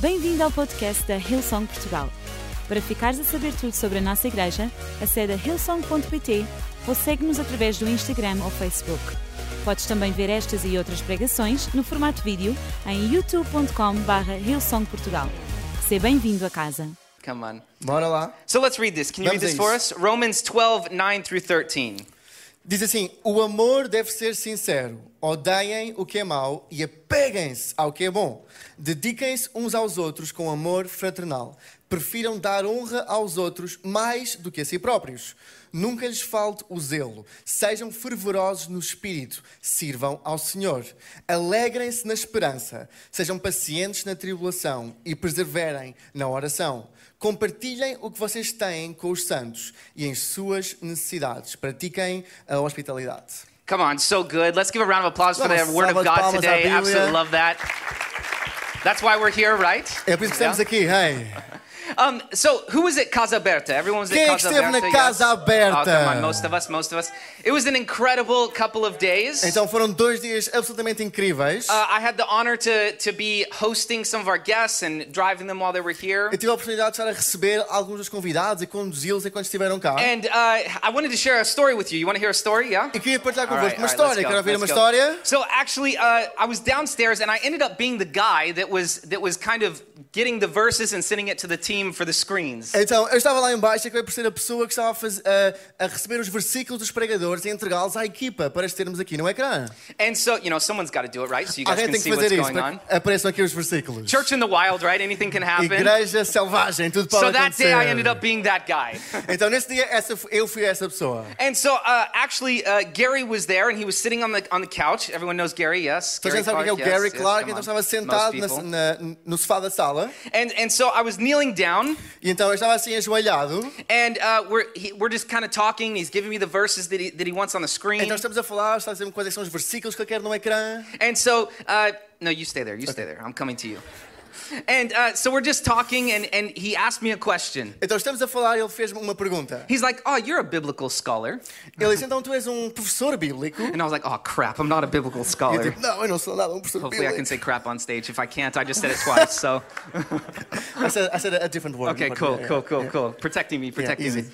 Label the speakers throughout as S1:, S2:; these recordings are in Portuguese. S1: Bem-vindo ao podcast da Hillsong Portugal. Para ficares a saber tudo sobre a nossa igreja, acede a hillsong.pt ou segue-nos através do Instagram ou Facebook. Podes também ver estas e outras pregações no formato vídeo em youtube.com/barra hillsongportugal. Seja bem-vindo a casa.
S2: Come on.
S3: Bora lá.
S2: So let's read this. Can you read
S3: Vamos
S2: this
S3: a
S2: for us?
S3: isso.
S2: Romans 12, 9 through 13.
S3: Diz assim: o amor deve ser sincero. Odeiem o que é mau e apeguem-se ao que é bom. Dediquem-se uns aos outros com amor fraternal. Prefiram dar honra aos outros mais do que a si próprios. Nunca lhes falte o zelo. Sejam fervorosos no espírito. Sirvam ao Senhor. Alegrem-se na esperança. Sejam pacientes na tribulação e perseverem na oração. Compartilhem o que vocês têm com os santos e em suas necessidades. Pratiquem a hospitalidade.
S2: Come on, so good. Let's give a round of applause for
S3: Vamos,
S2: the word
S3: salva
S2: of
S3: de
S2: God
S3: palmas à
S2: today.
S3: Bíblia.
S2: Absolutely love that. That's why we're here, right?
S3: É por isso que estamos
S2: Yeah.
S3: aqui, hey.
S2: Um, so who was at Casa Berta? Everyone was
S3: Quem
S2: at
S3: é que
S2: Casa
S3: esteve na
S2: Berta.
S3: Casa
S2: Oh, come
S3: Aberta?
S2: on, most of us, most of us. It was an incredible couple of days.
S3: Então foram dois dias absolutamente incríveis.
S2: Uh, I had the honor to, to be hosting some of our guests and driving them while they were here.
S3: Eu tive a oportunidade de estar a receber alguns dos convidados e conduzi-los enquanto estiveram cá.
S2: And uh, I wanted to share a story with you. You want to hear a story? Yeah?
S3: E queria partilhar
S2: All right,
S3: convosco uma
S2: all right,
S3: história. Quero
S2: let's
S3: ouvir
S2: go,
S3: uma
S2: let's
S3: história.
S2: go. So actually, uh, I was downstairs and I ended up being the guy that was that was kind of getting the verses and sending it to the team for the screens.
S3: Então, eu estava lá em baixo e acabei por ser a pessoa que estava a, faz- a- a receber os versículos dos pregadores e entregá-los à equipa para os termos aqui no ecrã.
S2: And so you know, someone's got to do it, right? So you guys
S3: Alguém
S2: can
S3: tem que
S2: see what's
S3: fazer isso.
S2: going
S3: para
S2: on.
S3: que Apareçam aqui os versículos.
S2: Church in the wild, right? Anything can happen.
S3: Igreja selvagem, tudo pode
S2: So that
S3: acontecer.
S2: day, I ended up being that guy.
S3: Então nesse dia essa, f- eu fui essa pessoa.
S2: And so uh, actually, uh, Gary was there, and he was sitting on the on the couch. Everyone knows Gary, yes.
S3: Toda a gente sabe quem é o
S2: yes,
S3: Gary
S2: yes,
S3: Clark,
S2: come
S3: então
S2: on.
S3: estava
S2: Most
S3: sentado na-
S2: people.
S3: na- no sofá da sala
S2: And and so I was kneeling down.
S3: e então eu estava assim ajoelhado.
S2: And uh, we're, he, we're just kind of talking. He's giving me the verses that he, that he wants on the screen.
S3: Então estamos a falar, está a dizer-me quais é que são os versículos que eu quero no ecrã.
S2: And so, uh, no, you stay there. You stay there. I'm coming to you. And uh, so we're just talking, and, and he asked me a question.
S3: Então estamos a falar e ele fez-me uma pergunta.
S2: He's like, Oh, you're a biblical scholar.
S3: Ele disse, então tu és um professor bíblico?
S2: And I was like, Oh, crap. I'm not a biblical
S3: E eu
S2: scholar.
S3: tipo, não, eu não sou nada um professor
S2: Hopefully, I can
S3: bíblico.
S2: say crap on stage. If I can't, I just said it twice. So,
S3: I said, I said a different word.
S2: okay,
S3: But,
S2: cool,
S3: yeah,
S2: cool,
S3: yeah.
S2: cool, cool. Protecting me, protecting me.
S3: easy.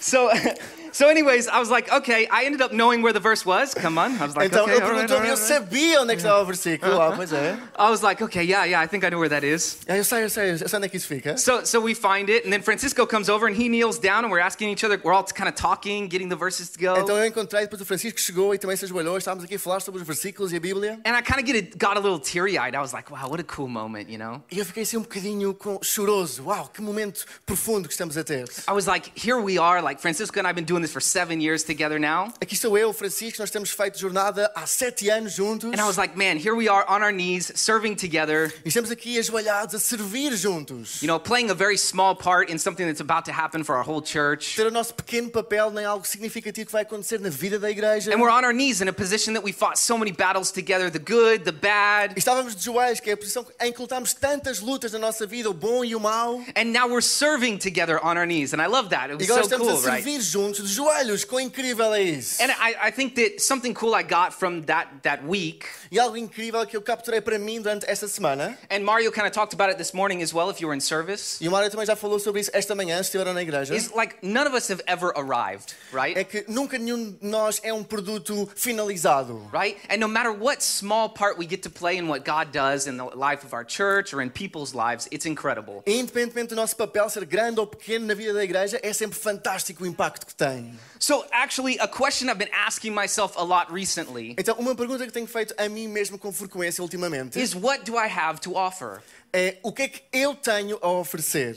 S2: So, so, anyways, I was like, Okay, I ended up knowing where the verse was. Come on. I was like,
S3: Então
S2: Okay,
S3: ele
S2: all right, all right,
S3: perguntou-me, eu
S2: all right."
S3: sabia onde é que estava o versículo. Ah, pois é.
S2: I was like, Okay, yeah, yeah, I think I know where that is.
S3: Ah, Eu sei, eu sei, eu sei onde é que isso fica.
S2: So, so we find it, and then Francisco comes over and he kneels down, and we're asking each other, we're all kind of talking, getting the verses to go.
S3: Então eu encontrei, depois o Francisco chegou e também se ajoelhou. Estávamos aqui a falar sobre os versículos e a Bíblia.
S2: and I kind of get a, got a little teary eyed. I was like, wow, what a cool moment, you know?
S3: E eu fiquei assim um bocadinho com, choroso. Uau, que momento profundo que estamos a ter.
S2: I was like, here we are. Like, Francisco and I have been doing this for seven years together now.
S3: Aqui estou eu, Francisco, nós temos feito jornada há sete anos juntos.
S2: And I was like, man, here we are on our knees, serving together,
S3: E estamos aqui ajoelhados a servir juntos.
S2: you know, playing a very small part in something that's about to happen for our whole church.
S3: Ter o nosso pequeno papel em algo significativo que vai acontecer na vida da igreja.
S2: And we're on our knees in a position that we fought so many battles together the good, the
S3: E
S2: bad.
S3: Estávamos de joelhos, que é a posição em que lutámos tantas lutas na nossa vida, o bom e o mau.
S2: And now we're serving together on our knees. And I love that. It
S3: E
S2: was
S3: agora
S2: so
S3: estamos
S2: cool,
S3: a
S2: right?
S3: servir juntos, de joelhos. Quão incrível é isso!
S2: And I, I think that something cool I got from that that week,
S3: E algo incrível que eu capturei para mim durante esta semana.
S2: and Mario kind of talked about it this morning as well, if you were in service,
S3: E o Mário também já falou sobre isso esta manhã, se estiveram na igreja.
S2: is like none of us have ever arrived,
S3: É
S2: right?
S3: que nunca nenhum de nós é um produto finalizado.
S2: Right? And no matter what small part we get to play in what God does in the life of our church or in people's lives, it's incredible.
S3: E Independentemente do nosso papel ser grande ou pequeno na vida da igreja, é sempre fantástico o impacto que tem.
S2: So, actually, a question I've been asking myself a lot recently
S3: Então, uma pergunta que tenho feito a mim mesmo com frequência ultimamente
S2: is what do I have to offer?
S3: é o que é que eu tenho a oferecer?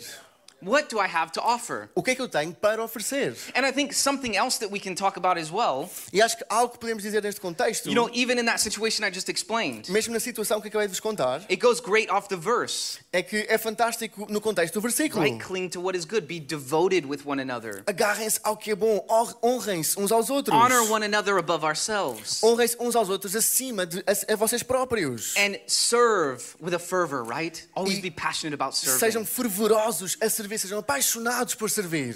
S2: What do I have to offer?
S3: O que é que eu tenho para oferecer?
S2: And I think something else that we can talk about as well,
S3: E acho que algo que podemos dizer neste contexto,
S2: you know, even in that situation I just explained,
S3: mesmo na situação que acabei de vos contar,
S2: it goes great off the verse.
S3: é que é fantástico no contexto do versículo.
S2: Right? Cling to what is good. Be devoted with one another.
S3: Agarrem-se ao que é bom, hon- honrem-se uns aos outros.
S2: Honor one another above ourselves.
S3: Honrem-se uns aos outros acima de a, a vocês próprios.
S2: And serve with a fervor, right? Always be passionate about serving.
S3: Sejam fervorosos a servir, sejam apaixonados por servir.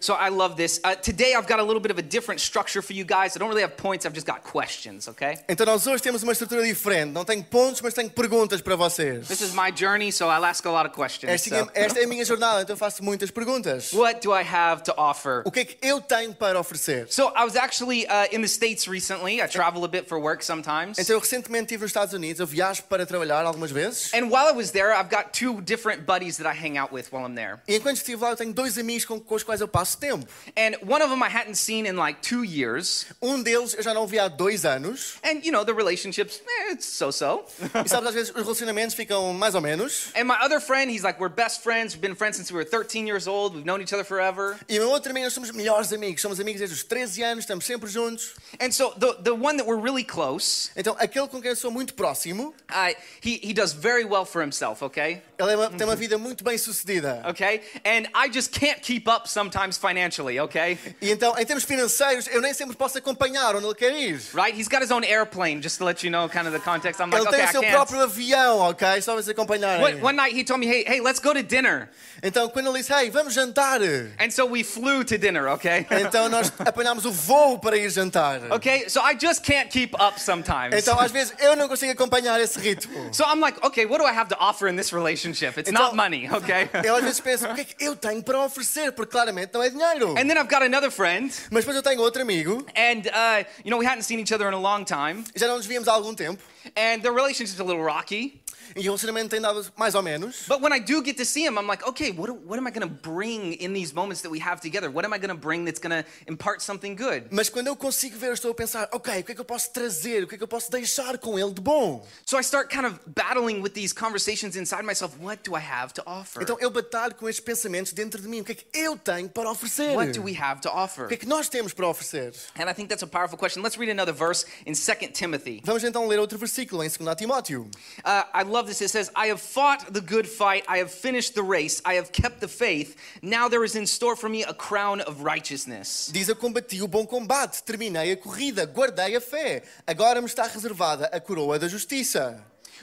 S2: So I love this. Uh, today I've got a little bit of a different structure for you guys. I don't really have points, I've just got questions, okay?
S3: Então nós hoje temos uma estrutura diferente. Não tenho pontos, mas tenho perguntas para vocês.
S2: This is my journey, so I'll ask a lot of questions.
S3: Esta é, a minha-
S2: so.
S3: esta é a minha jornada, então eu faço muitas perguntas.
S2: What do I have to offer?
S3: O que é que eu tenho para oferecer?
S2: So I was actually uh, in the States recently. I travel a bit for work sometimes.
S3: Então eu recentemente estive nos Estados Unidos, eu viajo para trabalhar algumas vezes.
S2: And while I was there, I've got two different buddies that I hang out with while I'm there.
S3: E enquanto estive lá, eu tenho dois amigos com, com os quais eu passo tempo.
S2: And one of them I hadn't seen in like two years.
S3: Um deles eu já não vi há dois anos.
S2: And you know, the relationships, eh, it's so so.
S3: E sabes, às vezes os relacionamentos ficam mais ou menos.
S2: and my other friend, he's like, we're best friends. We've been friends since we were 13 years old. We've known each other forever.
S3: E o meu outro amigo, nós somos melhores amigos. Somos amigos desde os 13 anos, estamos sempre juntos.
S2: And so the, the one that we're really close,
S3: Então, aquele com quem eu sou muito próximo,
S2: I, he, he does very well for himself, okay?
S3: ele é uma- tem
S2: Uhum.
S3: uma vida muito bem sucedida.
S2: Okay? And I just can't keep up sometimes financially, okay?
S3: E então, em termos financeiros, eu nem sempre posso acompanhar onde ele quer ir.
S2: Right? He's got his own airplane, just to let you know kind of the context. I'm like,
S3: Ele
S2: okay,
S3: tem
S2: I
S3: o seu
S2: can't.
S3: próprio avião, ok? Só vocês acompanharem.
S2: One, one night he told me, hey, hey, let's go to dinner.
S3: Então, quando ele disse, hey, vamos jantar.
S2: And so we flew to dinner, okay?
S3: Então, nós apanhámos o voo para ir jantar.
S2: Okay, so I just can't keep up sometimes.
S3: Então, às vezes, eu não consigo acompanhar esse ritmo.
S2: So I'm like, okay, what do I have to offer in this relationship? It's
S3: It's
S2: not
S3: all-
S2: money, okay?
S3: Eu às vezes penso, o que é que eu tenho para oferecer? Porque claramente não é dinheiro.
S2: and then I've got another friend,
S3: Mas depois eu tenho outro amigo,
S2: and uh, you know, we hadn't seen each other in a long time,
S3: já não nos víamos há algum tempo,
S2: and their relationship's a little rocky.
S3: e o relacionamento tem dado mais ou menos.
S2: But when I do get to see him, I'm like, okay, what, do- what am I gonna bring in these moments that we have together? What am I gonna bring that's gonna impart something good?
S3: Mas quando eu consigo ver, eu estou a pensar, ok, o que é que eu posso trazer? O que é que eu posso deixar com ele de bom?
S2: So I start kind of battling with these conversations inside myself. What do I have to offer?
S3: Então eu batalho com estes pensamentos dentro de mim. O que é que eu tenho para oferecer?
S2: What do we have to
S3: O
S2: offer?
S3: que é que nós temos para oferecer?
S2: And I think that's a powerful question. Let's read another verse in 2 Timothy.
S3: Vamos então ler outro versículo em 2 Timóteo.
S2: Uh, I love this. It says, I have fought the good fight. I have finished the race. I have kept the faith. Now there is in store for me a crown of righteousness.
S3: Diz: Eu combati o bom combate, terminei a corrida, guardei a fé. Agora me está reservada a coroa da justiça.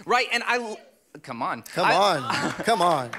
S2: Right? And I. Come on.
S3: Come
S2: I,
S3: on, come on.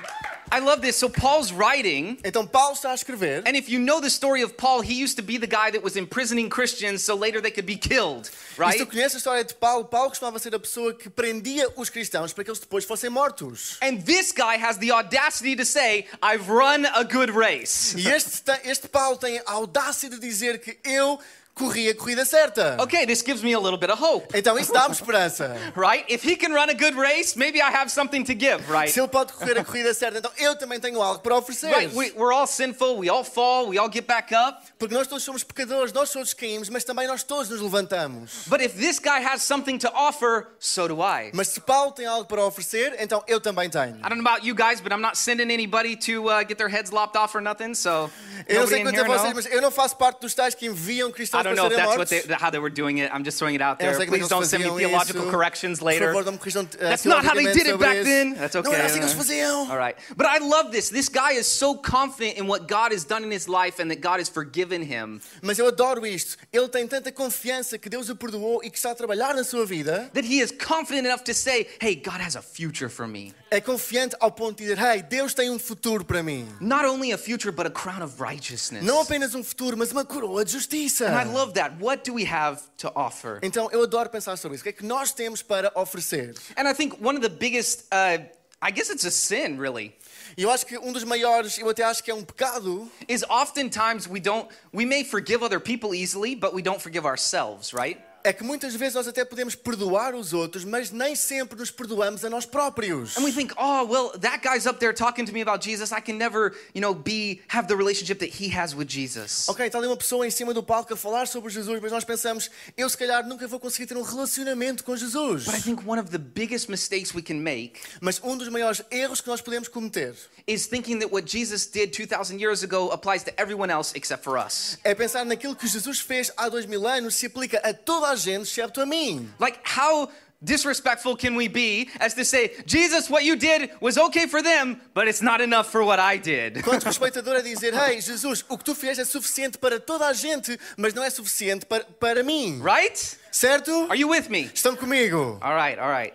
S2: I love this. So Paul's writing.
S3: Então Paulo está a escrever.
S2: And if you know the story of Paul, he used to be the guy that was imprisoning Christians so later they could be killed,
S3: E se
S2: right?
S3: tu conheces a história de Paulo, Paulo costumava ser a pessoa que prendia os cristãos para que eles depois fossem mortos.
S2: And this guy has the audacity to say, I've run a good race.
S3: E este, te- este Paulo tem a audácia de dizer que eu corri a corrida certa.
S2: Okay, this gives me a little bit of hope,
S3: Então isso dá-me esperança.
S2: right? If he can run a good race, maybe I have something to give, right?
S3: Se ele pode correr a corrida certa, então eu também tenho algo para oferecer.
S2: Right, we, we're all sinful. We all fall. We all get back up.
S3: Porque nós todos somos pecadores, nós todos caímos, mas também nós todos nos levantamos.
S2: But if this guy has something to offer, so do I.
S3: Mas se Paulo tem algo para oferecer, então eu também tenho.
S2: I don't know about you guys, but I'm not sending anybody to uh, get their heads lopped off or nothing. So
S3: Eu não
S2: nobody
S3: sei
S2: in
S3: quanto a
S2: here
S3: vocês,
S2: know.
S3: mas eu não faço parte dos tais que enviam cristãos
S2: I don't
S3: para
S2: know if
S3: serem
S2: that's what
S3: mortos.
S2: they, how they were doing it. I'm just throwing it out
S3: Eu
S2: there.
S3: não sei como é que
S2: Please don't
S3: eles
S2: send me
S3: faziam
S2: theological
S3: isso.
S2: corrections
S3: Por
S2: later.
S3: favor, dão-me correção, eh,
S2: That's not how they
S3: teologicamente
S2: did it
S3: sobre
S2: back
S3: isso.
S2: then. That's okay.
S3: Não era assim que eles faziam.
S2: All right. But I love this. This guy is so confident in what God has done in his life and that God has forgiven him
S3: Mas eu adoro isto. Ele tem tanta confiança que Deus o perdoou e que está a trabalhar na sua vida.
S2: that he is confident enough to say, "Hey, God has a future for me."
S3: É confiante ao ponto de dizer: Hey, Deus tem um futuro para mim.
S2: Not only a future, but a crown of righteousness.
S3: Não apenas um futuro, mas uma coroa de justiça.
S2: And I love that. What do we have to offer?
S3: Então eu adoro pensar sobre isso. O que é que nós temos para oferecer?
S2: And I think one of the biggest, uh, I guess it's a sin really,
S3: E eu acho que um dos maiores, eu até acho que é um pecado,
S2: is oftentimes we don't, we may forgive other people easily, but we don't forgive ourselves, right?
S3: é que muitas vezes nós até podemos perdoar os outros, mas nem sempre nos perdoamos a nós próprios.
S2: And we think, oh, well, that guy's up there talking to me about Jesus. I can never, you know, be, have the relationship that he has with Jesus.
S3: Ok, está ali uma pessoa em cima do palco a falar sobre Jesus, mas nós pensamos, eu se calhar nunca vou conseguir ter um relacionamento com Jesus.
S2: But I think one of the biggest mistakes we can make
S3: Mas um dos maiores erros que nós podemos cometer
S2: is thinking that what Jesus did 2,000 years ago applies to everyone else except for us.
S3: é pensar naquilo que Jesus fez há dois mil anos se aplica a toda a gente, excepto a mim.
S2: Like, how disrespectful can we be as to say, Jesus, what you did was okay for them, but it's not enough for what I did?
S3: Quanto respeitador é dizer, hey Jesus, o que tu fizeste é suficiente para toda a gente, mas não é suficiente para, para mim.
S2: Right?
S3: Certo?
S2: Are you with me?
S3: Estão comigo?
S2: All right, all right.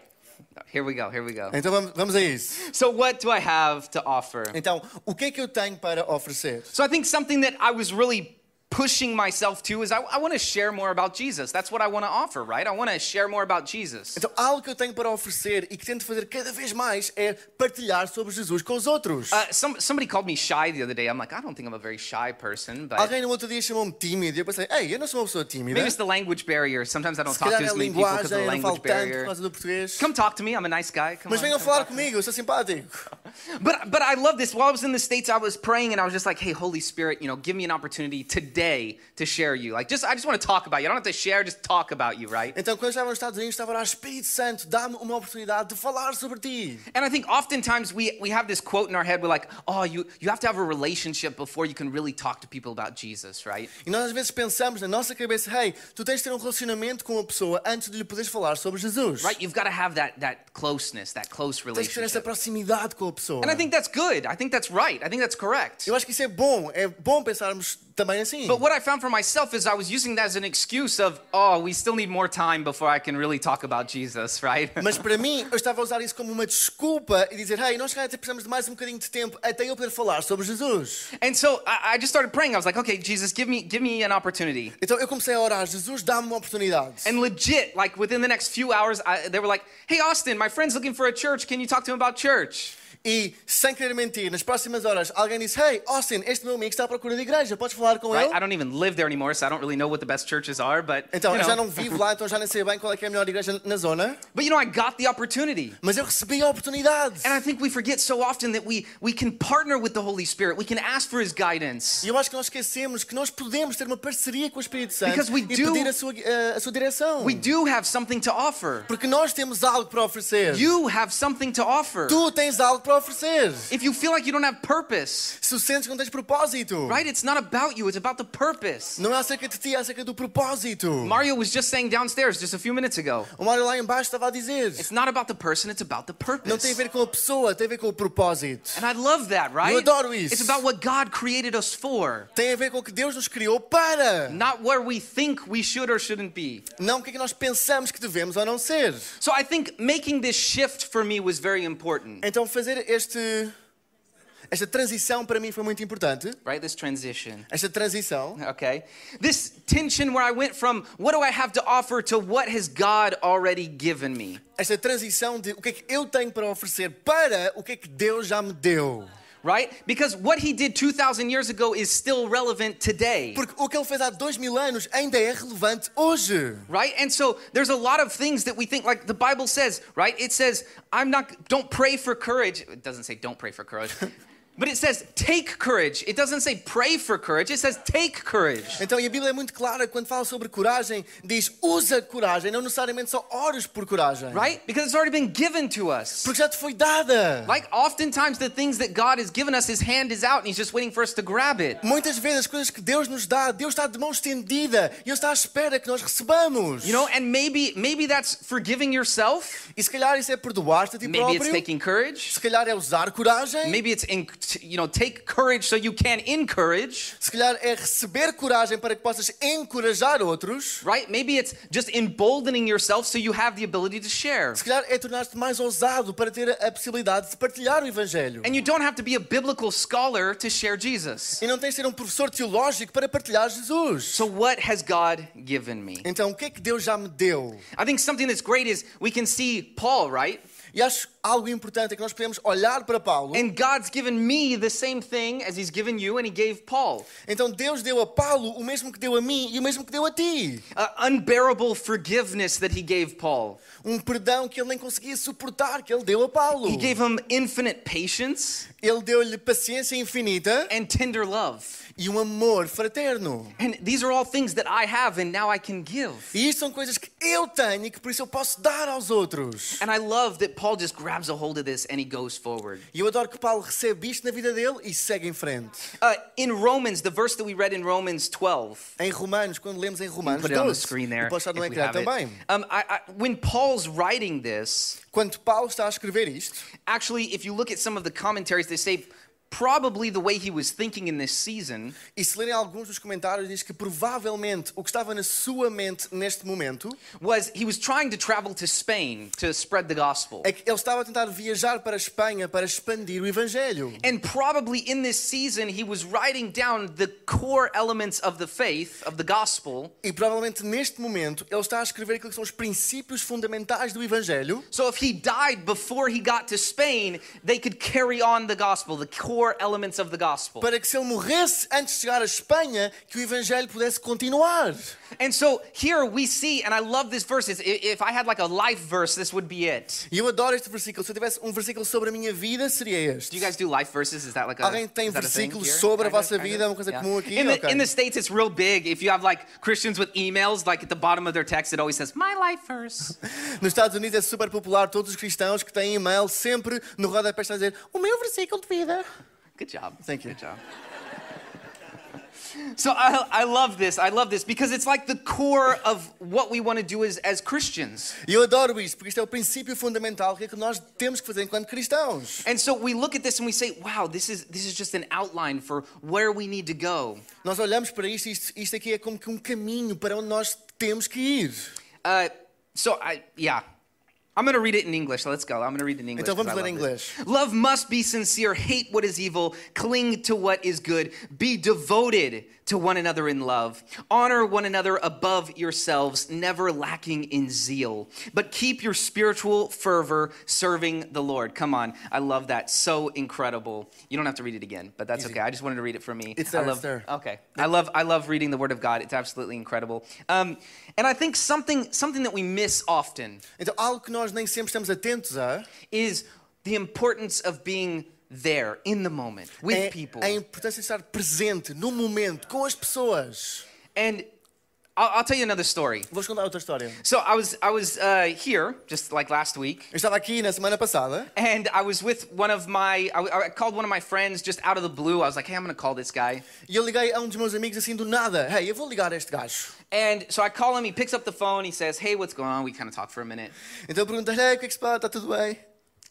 S2: Here we go. Here we go.
S3: Então vamos, vamos a isso.
S2: So, what do I have to offer?
S3: Então, o que é que eu tenho para oferecer?
S2: So, I think something that I was really pushing myself to is I, I want to share more about Jesus. That's what I want to offer, right? I want to share more about Jesus.
S3: Então, algo que eu tenho para oferecer e que tento fazer cada vez mais é partilhar sobre Jesus com os outros.
S2: Uh, some, somebody called me shy the other day. I'm like, I don't think I'm a very shy person, but
S3: Alguém no outro dia chamou-me tímido e eu pensei, ei, eu não sou uma pessoa tímida.
S2: maybe it's the language barrier. Sometimes I don't
S3: Se
S2: talk to
S3: calhar
S2: as
S3: é a
S2: many people because of the
S3: linguagem, eu não falo
S2: language
S3: tanto por
S2: barrier.
S3: causa do português.
S2: Come talk to me. I'm a nice guy. Come
S3: Mas
S2: on,
S3: venham
S2: come
S3: falar
S2: talk to me.
S3: comigo, eu sou simpático.
S2: But but I love this. While I was in the states, I was praying and I was just like, "Hey, Holy Spirit, you know, give me an opportunity today to share you. Like, just I just want to talk about you. I don't have to share, just talk about you, right?"
S3: Então, quando eu estava nos Estados Unidos, estava lá, Espírito Santo, dá-me uma oportunidade de falar sobre ti.
S2: And I think oftentimes we we have this quote in our head. We're like, "Oh, you you have to have a relationship before you can really talk to people about Jesus, right?"
S3: E nós às vezes pensamos na nossa cabeça, hey, tu tens de ter um relacionamento com uma pessoa antes de lhe poderes falar sobre Jesus.
S2: Right? You've got to have that that closeness, that close
S3: Tens de ter essa
S2: relationship.
S3: proximidade com a pessoa.
S2: And I think that's good. I think that's right. I think that's correct.
S3: Eu acho que isso é bom, é bom pensarmos também assim.
S2: But what I found for myself is I was using that as an excuse of, "Oh, we still need more time before I can really talk about Jesus, right?"
S3: Mas para mim, eu estava a usar isso como uma desculpa e dizer, hey, nós se calhar até precisamos de mais um bocadinho de tempo até eu poder falar sobre Jesus.
S2: And so I, I just started praying. I was like, okay, Jesus, give me give me an opportunity.
S3: Então eu comecei a orar, Jesus, dá-me uma oportunidade.
S2: And legit, like within the next few hours, I, they were like, hey, Austin, my friend's looking for a church. Can you talk to him about church?
S3: E sem querer mentir, nas próximas horas alguém disse: Hey, Austin, este meu amigo está à procura de igreja, podes falar com
S2: Right? I
S3: ele?
S2: don't even live there anymore, so I don't really know what the best churches are. But
S3: Então,
S2: you
S3: eu
S2: know.
S3: já não vivo lá, então já nem sei bem qual é que é a melhor igreja na zona,
S2: but you know, I got the opportunity.
S3: mas eu recebi a oportunidade.
S2: And I think we forget so often that we we can partner with the Holy Spirit. We can ask for His guidance.
S3: E eu acho que nós esquecemos que nós podemos ter uma parceria com o Espírito Santo
S2: Because we
S3: e
S2: do-
S3: pedir a sua, eh, a sua direção.
S2: We do have something to offer.
S3: Porque nós temos algo para oferecer.
S2: You have something to offer.
S3: Tu tens algo para oferecer.
S2: If you feel like you don't have purpose,
S3: Se o sentes que não tens propósito,
S2: right? It's not about you. It's about the purpose.
S3: não é acerca de ti, é acerca do propósito.
S2: Mario was just saying downstairs just a few minutes ago.
S3: O Mário lá embaixo estava a dizer:
S2: It's not about the person, it's about the
S3: Não tem
S2: purpose.
S3: a ver com a pessoa, tem a ver com o propósito.
S2: And I love that, right?
S3: Eu adoro isso.
S2: It's about what God created us for,
S3: tem a ver com o que Deus nos criou para,
S2: not where we think we should or shouldn't be.
S3: não o que é que nós pensamos que devemos ou não ser.
S2: So I think making this shift for me was very important,
S3: Então fazer este esta transição para mim foi muito importante.
S2: right? This transition.
S3: Esta transição,
S2: Okay. This tension where I went from what do I have to offer to what has God already given me,
S3: esta transição de o que é que eu tenho para oferecer para o que é que Deus já me deu.
S2: right? Because what he did 2,000 years ago is still relevant today.
S3: Porque o que ele fez há dois mil anos ainda é relevante hoje.
S2: right and so there's a lot of things that we think like the bible says right it says i'm not don't pray for courage it doesn't say don't pray for courage but it says take courage it doesn't say pray for courage it says take courage
S3: Então, e a Bíblia é muito clara quando fala sobre coragem, diz usa coragem, não necessariamente só ores por coragem.
S2: right because it's already been given to us
S3: Porque já te foi dada.
S2: like oftentimes the things that god has given us his hand is out and he's just waiting for us to grab it
S3: Muitas vezes as coisas que Deus nos dá, Deus está de mão estendida e Ele está à espera que nós recebamos.
S2: you know and maybe maybe that's forgiving yourself
S3: E se calhar isso é perdoar-te a ti
S2: maybe it's
S3: próprio.
S2: taking courage
S3: Se calhar é usar coragem.
S2: maybe it's in, you know take courage so you can encourage
S3: Se calhar é receber coragem para que possas encorajar outros.
S2: right? Maybe it's just emboldening yourself so you have the ability to share.
S3: Se calhar é tornar-te mais ousado para ter a possibilidade de partilhar o Evangelho.
S2: And you don't have to be a biblical scholar to share Jesus.
S3: E não tens de ser um professor teológico para partilhar Jesus.
S2: So, what has God given me?
S3: Então, o que é que Deus já me deu?
S2: I think something that's great is we can see Paul, right?
S3: E acho algo importante é que nós podemos olhar para Paulo.
S2: And God's given me the same thing as He's given you, and He gave Paul
S3: Então, Deus deu a Paulo o mesmo que deu a mim e o mesmo que deu a ti.
S2: uh, unbearable forgiveness that He gave Paul.
S3: um perdão que ele nem conseguia suportar, que ele deu a Paulo.
S2: He gave him infinite patience
S3: Ele deu-lhe paciência infinita
S2: and tender love.
S3: e um amor fraterno.
S2: And these are all things that I have, and now I can give.
S3: E isto são coisas que eu tenho e que por isso eu posso dar aos outros.
S2: And I love that Paul just grabs a hold of this and he goes forward.
S3: E eu adoro que Paulo recebe isto na vida dele e segue em frente.
S2: Uh, in Romans, the verse that we read in Romans 12,
S3: Em Romanos, quando lemos em Romanos,
S2: put it on the
S3: 12,
S2: screen there.
S3: e pode estar no
S2: if we
S3: ecrã
S2: have it.
S3: também.
S2: Um, I, I, when Paul's writing this,
S3: Quando Paulo está a escrever isto,
S2: actually, if you look at some of the commentaries, they say probably the way he was thinking in this season
S3: E se lerem alguns dos comentários, diz que provavelmente o que estava na sua mente neste momento
S2: was he was trying to travel to Spain to spread the gospel.
S3: é que ele estava a tentar viajar para a Espanha para expandir o Evangelho.
S2: And probably in this season, he was writing down the core elements of the faith, of the gospel.
S3: E provavelmente neste momento ele está a escrever aquilo que são os princípios fundamentais do Evangelho.
S2: So if he died before he got to Spain, they could carry on the gospel, the core elements of the gospel.
S3: Para que se ele morresse antes de chegar à Espanha, que o Evangelho pudesse continuar.
S2: and so here we see, and I love this verse. It's, i- if I had like a life verse, this would be it.
S3: E eu adoro este versículo. Se eu tivesse um versículo sobre a minha vida, seria este.
S2: Do you guys do life verses? Is that like a,
S3: Alguém tem
S2: is that a thing
S3: versículos
S2: here?
S3: sobre a
S2: Kinda,
S3: vossa
S2: kinda?
S3: vida? É uma coisa comum aqui?
S2: In, the,
S3: Ok.
S2: in the States, it's real big. If you have like Christians with emails, like at the bottom of their text, it always says, my life verse.
S3: Nos Estados Unidos é super popular todos os cristãos que têm e-mail sempre no rodapé estão a dizer o meu versículo de vida.
S2: Good job.
S3: Thank you.
S2: Good job. So I, I love this. I love this because it's like the core of what we want to do as, as Christians.
S3: E eu adoro isto, porque isto é o princípio fundamental que é que nós temos que fazer enquanto cristãos.
S2: And so we look at this and we say, wow, this is this is just an outline for where we need to go.
S3: Nós olhamos para isto e isto, isto aqui é como que um caminho para onde nós temos que ir.
S2: Uh, so I yeah. I'm gonna read it in English. Let's go. I'm gonna read it in English.
S3: Então
S2: 'cause
S3: vamos
S2: I
S3: ler em
S2: love this. Love must be sincere, hate what is evil, cling to what is good, be devoted to one another in love, honor one another above yourselves, never lacking in zeal, but keep your spiritual fervor serving the Lord. Come on. I love that. So incredible. You don't have to read it again, but that's okay. I just wanted to read it for me.
S3: It's there,
S2: I
S3: it's
S2: love,
S3: there.
S2: Okay. I love I love reading the Word of God. It's absolutely incredible. Um, and I think something something that we miss often
S3: Então, algo que nós nem sempre estamos atentos a
S2: is the importance of being there in the moment with
S3: é
S2: people.
S3: a importância de estar presente no momento com as pessoas.
S2: and I'll, I'll tell you another story.
S3: Vou-vos contar outra história.
S2: So I was I was uh, here just like last week.
S3: Eu estava aqui na semana passada
S2: And I was with one of my, I, I called one of my friends just out of the blue. I was like, hey, I'm gonna call this guy.
S3: e eu liguei a um dos meus amigos assim do nada. Hey, eu vou ligar a este gajo.
S2: And so I call him, he picks up the phone, he says, hey, what's going on? We kind of talk for a minute.
S3: Então eu perguntei, hey, o que é que se passa? Está tudo bem?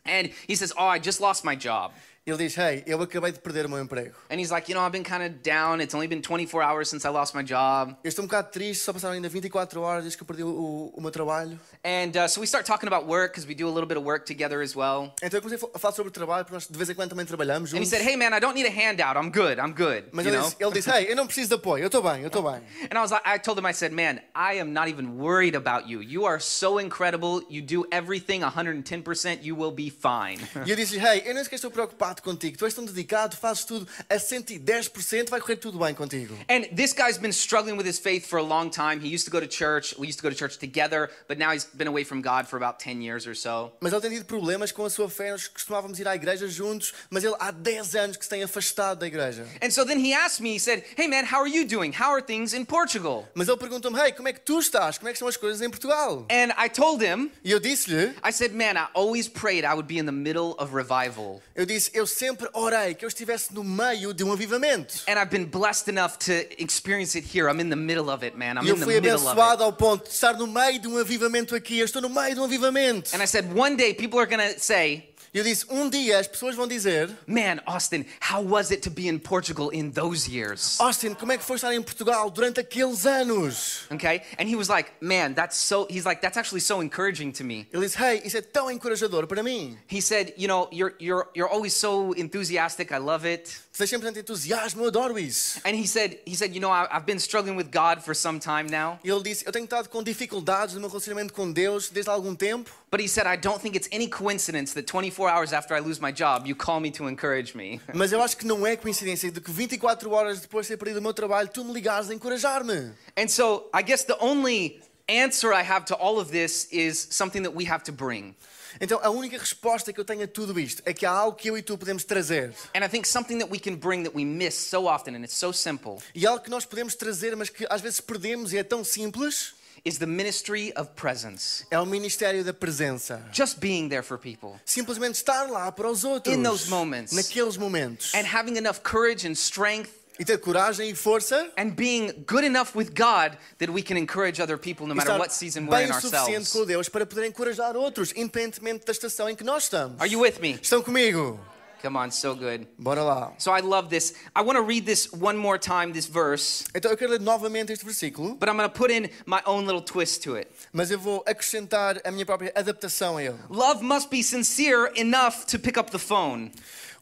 S2: And he says, oh, I just lost my job.
S3: Ele diz, hey, eu acabei de perder o meu emprego.
S2: And he's like, you know, I've been kind of down. It's only been 24 hours since I lost my job.
S3: Eu estou um bocado triste, só passaram ainda 24 horas desde que eu perdi o, o- o meu trabalho.
S2: And uh, so we start talking about work because we do a little bit of work together as well.
S3: Então eu comecei a fal- a falar sobre o trabalho, porque nós de vez em quando também trabalhamos
S2: And he
S3: juntos.
S2: said, hey, man, I don't need a handout. I'm good. I'm good.
S3: Mas
S2: you
S3: ele
S2: know?
S3: disse, ele disse, hey, eu não preciso de apoio, eu estou bem, eu estou bem.
S2: And I was like, I told him, I said, man, I am not even worried about you. You are so incredible. You do everything 110%. You will be fine.
S3: E eu disse, hey, eu nem sequer estou preocupado contigo, tu és tão dedicado, fazes tudo a 110%, vai correr tudo bem contigo.
S2: and this guy's been struggling with his faith for a long time. He used to go to church. We used to go to church together, but now he's been away from God for about 10 years or so.
S3: Mas ele tem tido problemas com a sua fé, nós costumávamos ir à igreja juntos, mas ele há 10 anos que se tem afastado da igreja.
S2: And so then he asked me, he said, Hey man, how are you doing? How are things in Portugal?
S3: Mas ele perguntou-me, hey, como é que tu estás? Como é que são as coisas em Portugal?
S2: And I told him,
S3: E eu disse-lhe,
S2: I said, Man, I always prayed I would be in the middle of revival.
S3: Eu disse, eu sempre orei que eu estivesse no meio de um avivamento.
S2: And I've been blessed enough to experience it here. I'm in the middle of it, man. I'm
S3: E eu
S2: in the
S3: fui
S2: middle of
S3: abençoado
S2: it.
S3: ao ponto de estar no meio de um avivamento aqui. Eu estou no meio de um avivamento.
S2: And I said, One day people are going to say,
S3: E eu disse, um dia as pessoas vão dizer,
S2: Man, Austin, how was it to be in Portugal in those years?
S3: Austin, como é que foi estar em Portugal durante aqueles anos?
S2: Okay? And he was like, Man, that's so, he's like, That's actually so encouraging to me.
S3: Ele disse, hey, isso é tão encorajador para mim.
S2: He said, You know, you're, you're, you're always so enthusiastic. I love it.
S3: Estás sempre tanto entusiasmo, eu adoro isso.
S2: And he said, he said, you know, I, I've been struggling with God for some time now,
S3: E ele disse, eu tenho estado com dificuldades no meu relacionamento com Deus desde há algum tempo.
S2: but he said, I don't think it's any coincidence that 24 hours after I lose my job, you call me to encourage me.
S3: Mas eu acho que não é coincidência de que 24 horas depois de ter perdido o meu trabalho, tu me ligares a encorajar-me.
S2: And so I guess the only answer I have to all of this is something that we have to bring.
S3: Então, a única resposta que eu tenho a tudo isto é que há algo que eu e tu podemos trazer.
S2: And I think something that we can bring that we miss so often, and it's so simple,
S3: E algo que nós podemos trazer, mas que às vezes perdemos e é tão simples,
S2: is the ministry of presence.
S3: é o ministério da presença.
S2: Just being there for people
S3: Simplesmente estar lá para os outros.
S2: In those moments.
S3: Naqueles momentos.
S2: and having enough courage and strength
S3: E ter coragem e força.
S2: and being good enough with God that we can encourage other people no
S3: e
S2: matter
S3: estar
S2: what season we're
S3: bem
S2: in
S3: o suficiente
S2: ourselves.
S3: com Deus para poder encorajar outros, independentemente da estação em que nós estamos.
S2: Are you with me?
S3: Estão comigo?
S2: Come on, so good.
S3: Bora lá.
S2: So I love this. I want to read this one more time, this verse,
S3: Então eu quero ler novamente este versículo,
S2: but I'm going to put in my own little twist to it.
S3: mas eu vou acrescentar a minha própria adaptação a ele.
S2: Love must be sincere enough to pick up the phone.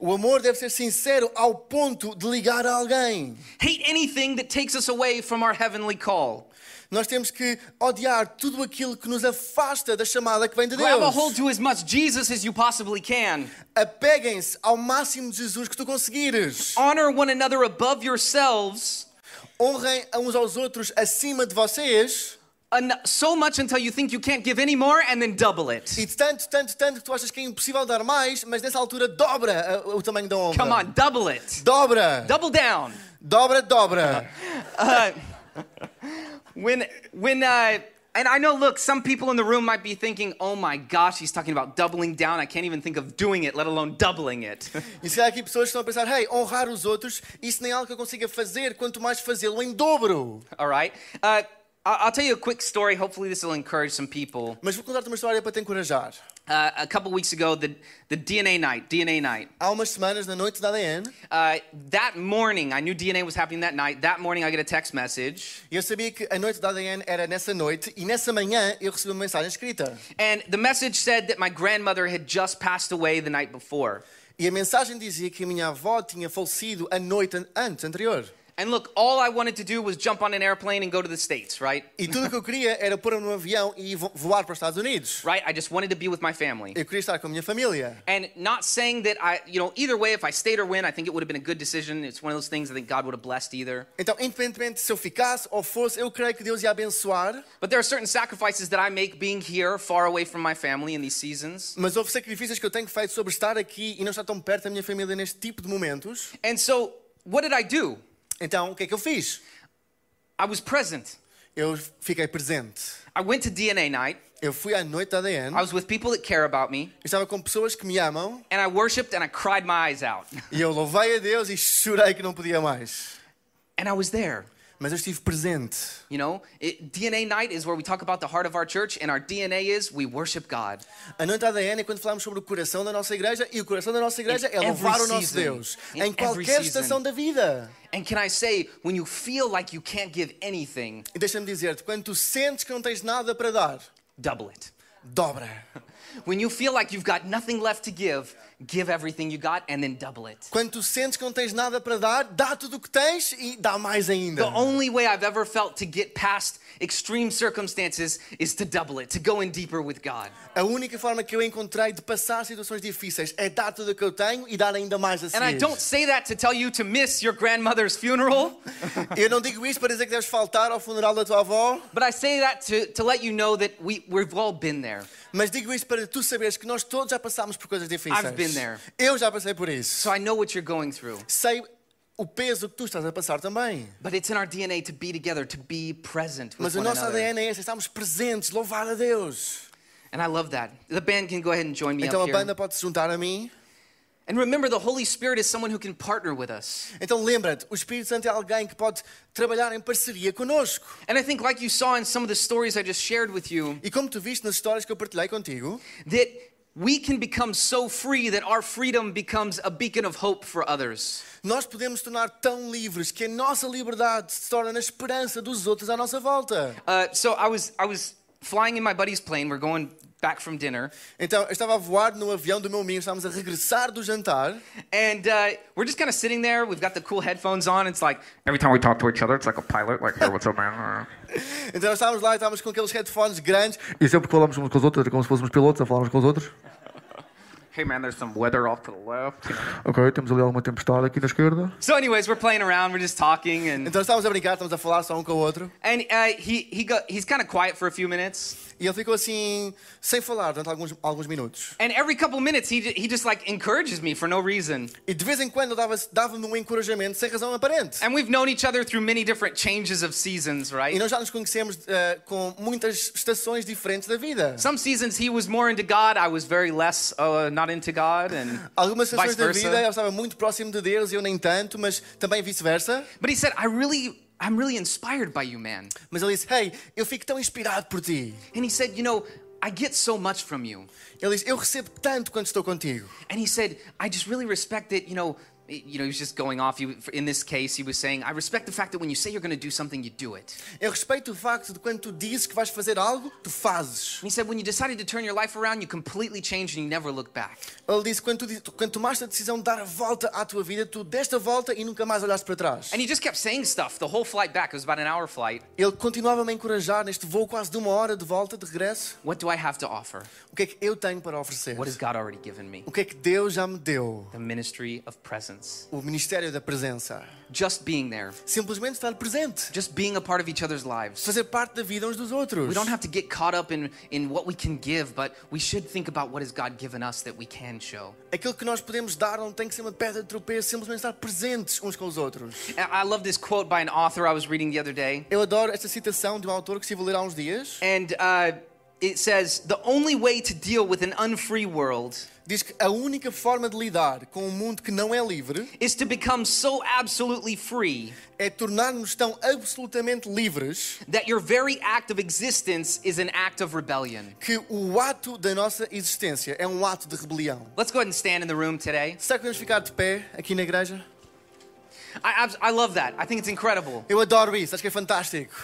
S3: O amor deve ser sincero ao ponto de ligar a alguém.
S2: Hate anything that takes us away from our heavenly call.
S3: Nós temos que odiar tudo aquilo que nos afasta da chamada que vem de
S2: Grab a hold
S3: Deus.
S2: to as much Jesus as you possibly can.
S3: Apeguem-se ao máximo de Jesus que tu conseguires.
S2: Honor one another above yourselves
S3: Honrem a uns aos outros acima de vocês.
S2: en- so much until you think you can't give any more and then double it.
S3: E de tanto, tanto, tanto que tu achas que é impossível dar mais, mas nessa altura dobra a- o tamanho da honra.
S2: Come on, double it.
S3: Dobra,
S2: Double down.
S3: dobra, dobra.
S2: Uh, when, when, uh, and I know, look, some people in the room might be thinking, oh my gosh, he's talking about doubling down. I can't even think of doing it, let alone doubling it.
S3: E se há aqui pessoas que estão a pensar, hey, honrar os outros, isso nem é algo que eu consiga fazer, quanto mais fazê-lo em dobro.
S2: All right. Uh, I- I'll tell you a quick story. Hopefully, this will encourage some people.
S3: Mas vou contar-te uma história para te encorajar.
S2: Uh, a couple weeks ago, the, the DNA night, DNA night,
S3: Há umas semanas, na noite da ADN,
S2: uh, that morning, I knew DNA was happening that night. That morning, I get a text message,
S3: eu sabia que a noite da ADN era nessa noite, e nessa manhã eu recebi uma mensagem escrita.
S2: and the message said that my grandmother had just passed away the night before.
S3: E a mensagem dizia que a minha avó tinha falecido a noite an- antes, anterior.
S2: And look, all I wanted to do was jump on an airplane and go to the States, right?
S3: E tudo o que eu queria era pôr-me num avião e vo- voar para os Estados Unidos.
S2: Right? I just wanted to be with my family.
S3: Eu queria estar com a minha família.
S2: And not saying that I, you know, either way, if I stayed or went, I think it would have been a good decision. It's one of those things I think God would have blessed either.
S3: Então, independentemente se eu ficasse ou fosse, eu creio que Deus ia abençoar.
S2: But there are certain sacrifices that I make being here, far away from my family in these seasons.
S3: Mas houve sacrifícios que eu tenho feito sobre estar aqui e não estar tão perto da minha família neste tipo de momentos.
S2: And so, what did I do?
S3: Então, o que é que eu fiz?
S2: I was present.
S3: Eu fiquei presente.
S2: I went to DNA night.
S3: Eu fui à noite da ADN.
S2: I
S3: Eu
S2: was with people that care about me,
S3: estava com pessoas que me amam
S2: and I worshiped and I cried my eyes out.
S3: e eu louvei a Deus e chorei que não podia mais.
S2: And I was there.
S3: Mas eu estive presente.
S2: You know, it, DNA night is where we talk about the heart of our church, and our DNA is we worship God.
S3: A noite da ADN é quando falamos sobre o coração da nossa igreja e o coração da nossa igreja
S2: In
S3: é louvar
S2: every
S3: o nosso
S2: season.
S3: Deus
S2: In
S3: em
S2: every
S3: qualquer
S2: season.
S3: estação da vida.
S2: And can I say, when you feel like you can't give anything,
S3: E deixa-me dizer-te, quando tu sentes que não tens nada para dar,
S2: double it.
S3: dobra.
S2: When you feel like you've got nothing left to give, give everything you got and then double it.
S3: Quando tu sentes que não tens nada para dar, dá tudo o que tens e dá mais ainda.
S2: The only way I've ever felt to get past extreme circumstances is to double it, to go in deeper with God.
S3: A única forma que eu encontrei de passar situações difíceis é dar tudo o que eu tenho e dar ainda mais a
S2: And I
S3: seguir.
S2: don't say that to tell you to miss your grandmother's funeral,
S3: Eu não digo isto para dizer que deves faltar ao funeral da tua avó,
S2: but I say that to, to let you know that we, we've all been there.
S3: mas digo isto para tu saberes que nós todos já passámos por coisas difíceis.
S2: I've been there.
S3: Eu já passei por isso.
S2: So I know what you're going through.
S3: Sei o peso que tu estás a passar também.
S2: But it's in our DNA to be together, to be present with
S3: Mas o
S2: one
S3: nosso
S2: another.
S3: ADN é esse, estamos presentes, louvar a Deus.
S2: And I love that. The band can go ahead and join me
S3: Então
S2: up
S3: a
S2: here.
S3: banda pode se juntar a mim.
S2: And remember, the Holy Spirit is someone who can partner with us.
S3: Então lembra-te, o Espírito Santo é alguém que pode trabalhar em parceria conosco.
S2: And I think, like you saw in some of the stories I just shared with you,
S3: E como tu viste nas histórias que eu partilhei contigo,
S2: that we can become so free that our freedom becomes a beacon of hope for others.
S3: nós podemos tornar tão livres que a nossa liberdade se torna na esperança dos outros à nossa volta.
S2: Uh, so I was I was flying in my buddy's plane. We're going back from dinner,
S3: Então, eu estava a voar no avião do meu amigo, estávamos a regressar do jantar,
S2: and uh, we're just kind of sitting there. We've got the cool headphones on. It's like every time we talk to each other, it's like a pilot. Like, hey, what's up, man?
S3: então nós estávamos lá e estávamos com aqueles headphones grandes,
S4: E sempre que falamos uns com os outros, é como se fôssemos pilotos a falar uns com os outros.
S2: Hey, man, there's some weather off to the left.
S4: Ok, temos ali alguma tempestade aqui na esquerda.
S2: So, anyways, we're playing around. We're just talking, and
S3: então estávamos a brincar, estávamos a falar só um com o outro,
S2: and uh, he he go, he's kind of quiet for a few minutes.
S3: e ele ficou assim, sem falar durante alguns, alguns minutos.
S2: And every couple minutes, he, he just like encourages me for no reason.
S3: E de vez em quando ele dava- dava-me um encorajamento sem razão aparente.
S2: And we've known each other through many different changes of seasons,
S3: E
S2: right?
S3: nós já nos conhecemos eh, com muitas estações diferentes da vida.
S2: Some seasons he was more into God, I was very less uh, not into God, and
S3: Algumas estações
S2: vice
S3: da vida eu
S2: versa.
S3: estava muito próximo de Deus e eu nem tanto, mas também vice-versa.
S2: But he said, I really, I'm really inspired by you, man.
S3: Mas ele disse: Hey, eu fico tão inspirado por ti.
S2: And he said, you know, I get so much from you.
S3: Ele diz: Eu recebo tanto quando estou contigo.
S2: And he said, I just really respect that, you know, you know, he was just going off. He, in this case, he was saying, I respect the fact that when you say you're going to do something, you do it.
S3: Eu respeito o facto de quando tu dizes que vais fazer algo, tu fazes.
S2: And he said, when you decided to turn your life around, you completely changed and you never looked back.
S3: Ele disse: quando, tu, di- quando tomaste a decisão de dar a volta à tua vida, tu deste a volta e nunca mais olhaste para trás.
S2: And he just kept saying stuff the whole flight back. It was about an hour flight.
S3: Ele continuava-me a encorajar neste voo quase de uma hora de volta, de regresso.
S2: What do I have to offer?
S3: O que é que eu tenho para oferecer?
S2: What has God already given me?
S3: O que é que Deus já me deu?
S2: The ministry of presence.
S3: O ministério da presença.
S2: Just being there,
S3: Simplesmente estar presente.
S2: just being a part of each other's lives.
S3: Fazer parte da vida uns dos outros.
S2: We don't have to get caught up in, in what we can give, but we should think about what has God given us that we can show.
S3: Aquilo que nós podemos dar não tem que ser uma pedra de tropeço, simplesmente estar presentes uns com os outros.
S2: And I love this quote by an author I was reading the other day.
S3: Eu adoro esta citação de um autor que estive a ler há uns dias.
S2: And uh, it says, The only way to deal with an unfree world
S3: Diz que a única forma de lidar com um mundo que não é livre
S2: is to become so absolutely free
S3: é tornar-nos tão absolutamente livres
S2: that your very act of existence is an act of rebellion.
S3: que o ato da nossa existência é um ato de rebelião.
S2: Let's go ahead and stand in the room today.
S3: Será que podemos ficar de pé aqui na igreja?
S2: I, abs- I love that. I think it's incredible.
S3: Eu adoro isso, acho que é fantástico.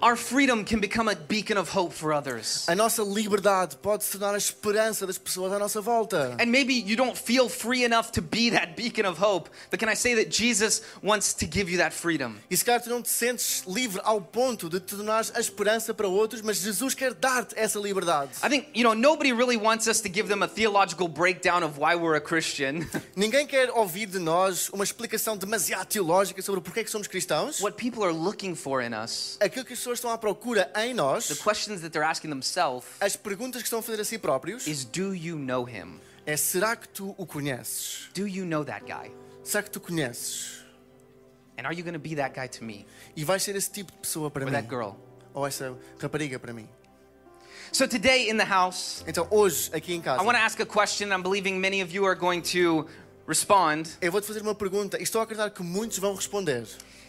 S2: Our freedom can become a beacon of hope for others.
S3: A nossa liberdade pode se tornar a esperança das pessoas à nossa volta.
S2: And maybe you don't feel free enough to be that beacon of hope, but can I say that Jesus wants to give you that freedom?
S3: E se calhar tu não te sentes livre ao ponto de te tornares a esperança para outros, mas Jesus quer dar-te essa liberdade.
S2: I think, you know, nobody really wants us to give them a theological breakdown of why we're a Christian.
S3: Ninguém quer ouvir de nós uma explicação demasiado teológica sobre porquê é que somos cristãos.
S2: what people are looking for in us,
S3: Aquilo que as pessoas estão à procura em
S2: the
S3: nós,
S2: questions that they're asking themselves,
S3: as perguntas que estão a fazer a si próprios,
S2: is do you know him?
S3: é será que tu o conheces?
S2: Do you know that guy?
S3: Será que tu conheces?
S2: And are you going to be that guy to me
S3: E vais ser esse tipo de pessoa para
S2: or that
S3: mim?
S2: girl?
S3: Ou essa rapariga para mim?
S2: So today in the house,
S3: Então hoje, aqui em casa,
S2: I want to ask a question. I'm believing many of you are going to respond.
S3: eu vou-te fazer uma pergunta e estou a acreditar que muitos vão responder.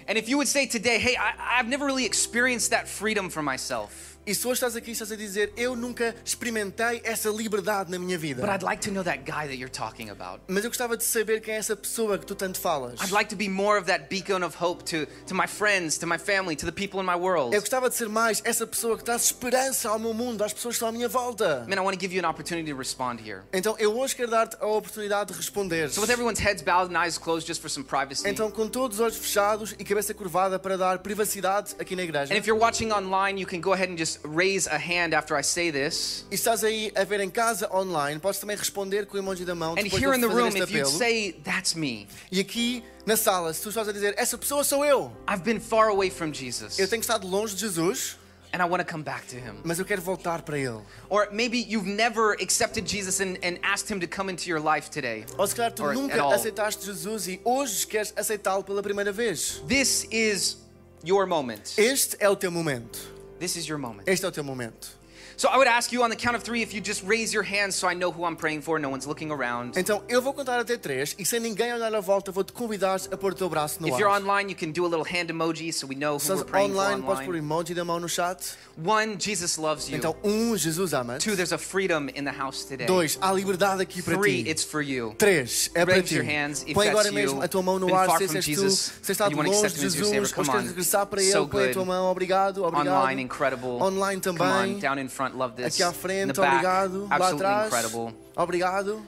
S2: And if you would say today, hey, I, I've never really experienced that freedom for myself,
S3: E se hoje estás aqui, estás a dizer, eu nunca experimentei essa liberdade na minha vida.
S2: but I'd like to know that guy that you're talking about.
S3: Mas eu gostava de saber quem é essa pessoa que tu tanto falas.
S2: I'd like to be more of that beacon of hope to, to my friends, to my family, to the people in my world.
S3: Eu gostava de ser mais essa pessoa que traz esperança ao meu mundo, às pessoas que estão à minha volta.
S2: Man, I want to give you an opportunity to respond here.
S3: Então eu hoje quero dar-te a oportunidade de responder.
S2: So, with everyone's heads bowed and eyes closed just for some privacy.
S3: Então com todos os olhos fechados e cabeça curvada para dar privacidade aqui na igreja.
S2: And if you're watching online, you can go ahead and just raise a hand after I say this.
S3: E estás aí a ver em casa online, podes também responder com o emoji da mão
S2: And
S3: depois de
S2: here
S3: eu
S2: in the
S3: fazer
S2: room,
S3: este
S2: if you'd
S3: apelo.
S2: say, That's me,
S3: E aqui na sala, se tu estás a dizer, essa pessoa sou eu.
S2: I've been far away from Jesus
S3: Eu tenho estado longe de Jesus,
S2: and I want to come back to him.
S3: mas eu quero voltar para ele.
S2: Or maybe you've never accepted Jesus and, and asked him to come into your life today.
S3: Ou se calhar tu
S2: Or at
S3: nunca
S2: all.
S3: aceitaste Jesus e hoje queres aceitá-lo pela primeira vez.
S2: This is your moment.
S3: Este é o teu momento.
S2: This is your moment.
S3: Este é o teu momento.
S2: So I would ask you on the count of three if you just raise your hand so I know who I'm praying for. No one's looking around.
S3: Então eu vou contar até três e sem ninguém olhar à volta vou te convidar a pôr o teu braço no
S2: If
S3: ar.
S2: you're online, you can do a little hand emoji so we know
S3: Se
S2: who we're
S3: estás
S2: praying for
S3: online, podes pôr o
S2: online.
S3: emoji da mão no chat.
S2: One, Jesus loves you.
S3: Então um, Jesus ama-te.
S2: Two, there's a freedom in the house today.
S3: Dois, há liberdade aqui para
S2: Three,
S3: ti.
S2: it's for you.
S3: Três, é para
S2: Raise
S3: ti.
S2: your hands if
S3: Põe
S2: that's
S3: agora
S2: you.
S3: mesmo a tua mão no
S2: Been
S3: ar
S2: far
S3: se
S2: from
S3: és tu,
S2: Jesus.
S3: se has estado
S2: You wanna
S3: longe
S2: accept
S3: de
S2: him as your savior.
S3: Jesus,
S2: Come
S3: ou queres
S2: on.
S3: regressar para
S2: So
S3: ele, põe a
S2: good.
S3: tua mão, obrigado, obrigado.
S2: Online, incredible.
S3: Online
S2: Come on,
S3: também.
S2: down in front, love this.
S3: Aqui à
S2: in the
S3: frente,
S2: back,
S3: obrigado. Lá
S2: absolutely
S3: atrás,
S2: incredible.
S3: obrigado.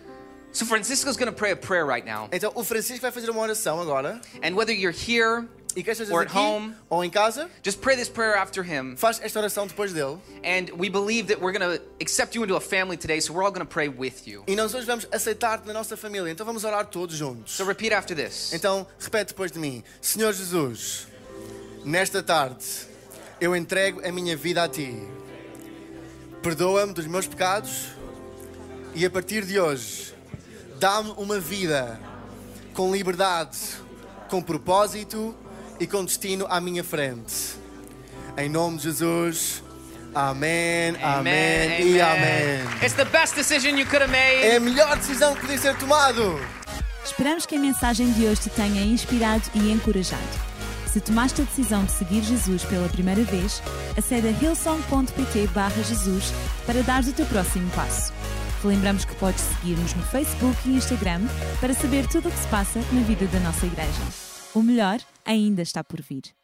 S2: So Francisco's going to pray a prayer right now.
S3: Então o Francisco vai fazer uma oração agora.
S2: And whether you're here,
S3: E quer sejas
S2: Or at
S3: aqui
S2: home.
S3: ou em casa,
S2: just pray this prayer after him.
S3: faz esta oração depois dele.
S2: And we believe that we're going to accept you into a family today, so we're all going to pray with you.
S3: E nós hoje vamos aceitar-te na nossa família, então vamos orar todos juntos.
S2: So repeat after this.
S3: Então, repete depois de mim. Senhor Jesus, nesta tarde eu entrego a minha vida a ti. Perdoa-me dos meus pecados e a partir de hoje dá-me uma vida com liberdade, com propósito e com destino à minha frente. Em nome de Jesus. Amém, amém, e amém.
S2: It's the best decision you could have made.
S3: É a melhor decisão que podia ser tomado.
S1: Esperamos que a mensagem de hoje te tenha inspirado e encorajado. Se tomaste a decisão de seguir Jesus pela primeira vez, acede a hillsong.pt barra Jesus para dares o teu próximo passo. Te lembramos que podes seguir-nos no Facebook e Instagram para saber tudo o que se passa na vida da nossa igreja. O melhor ainda está por vir.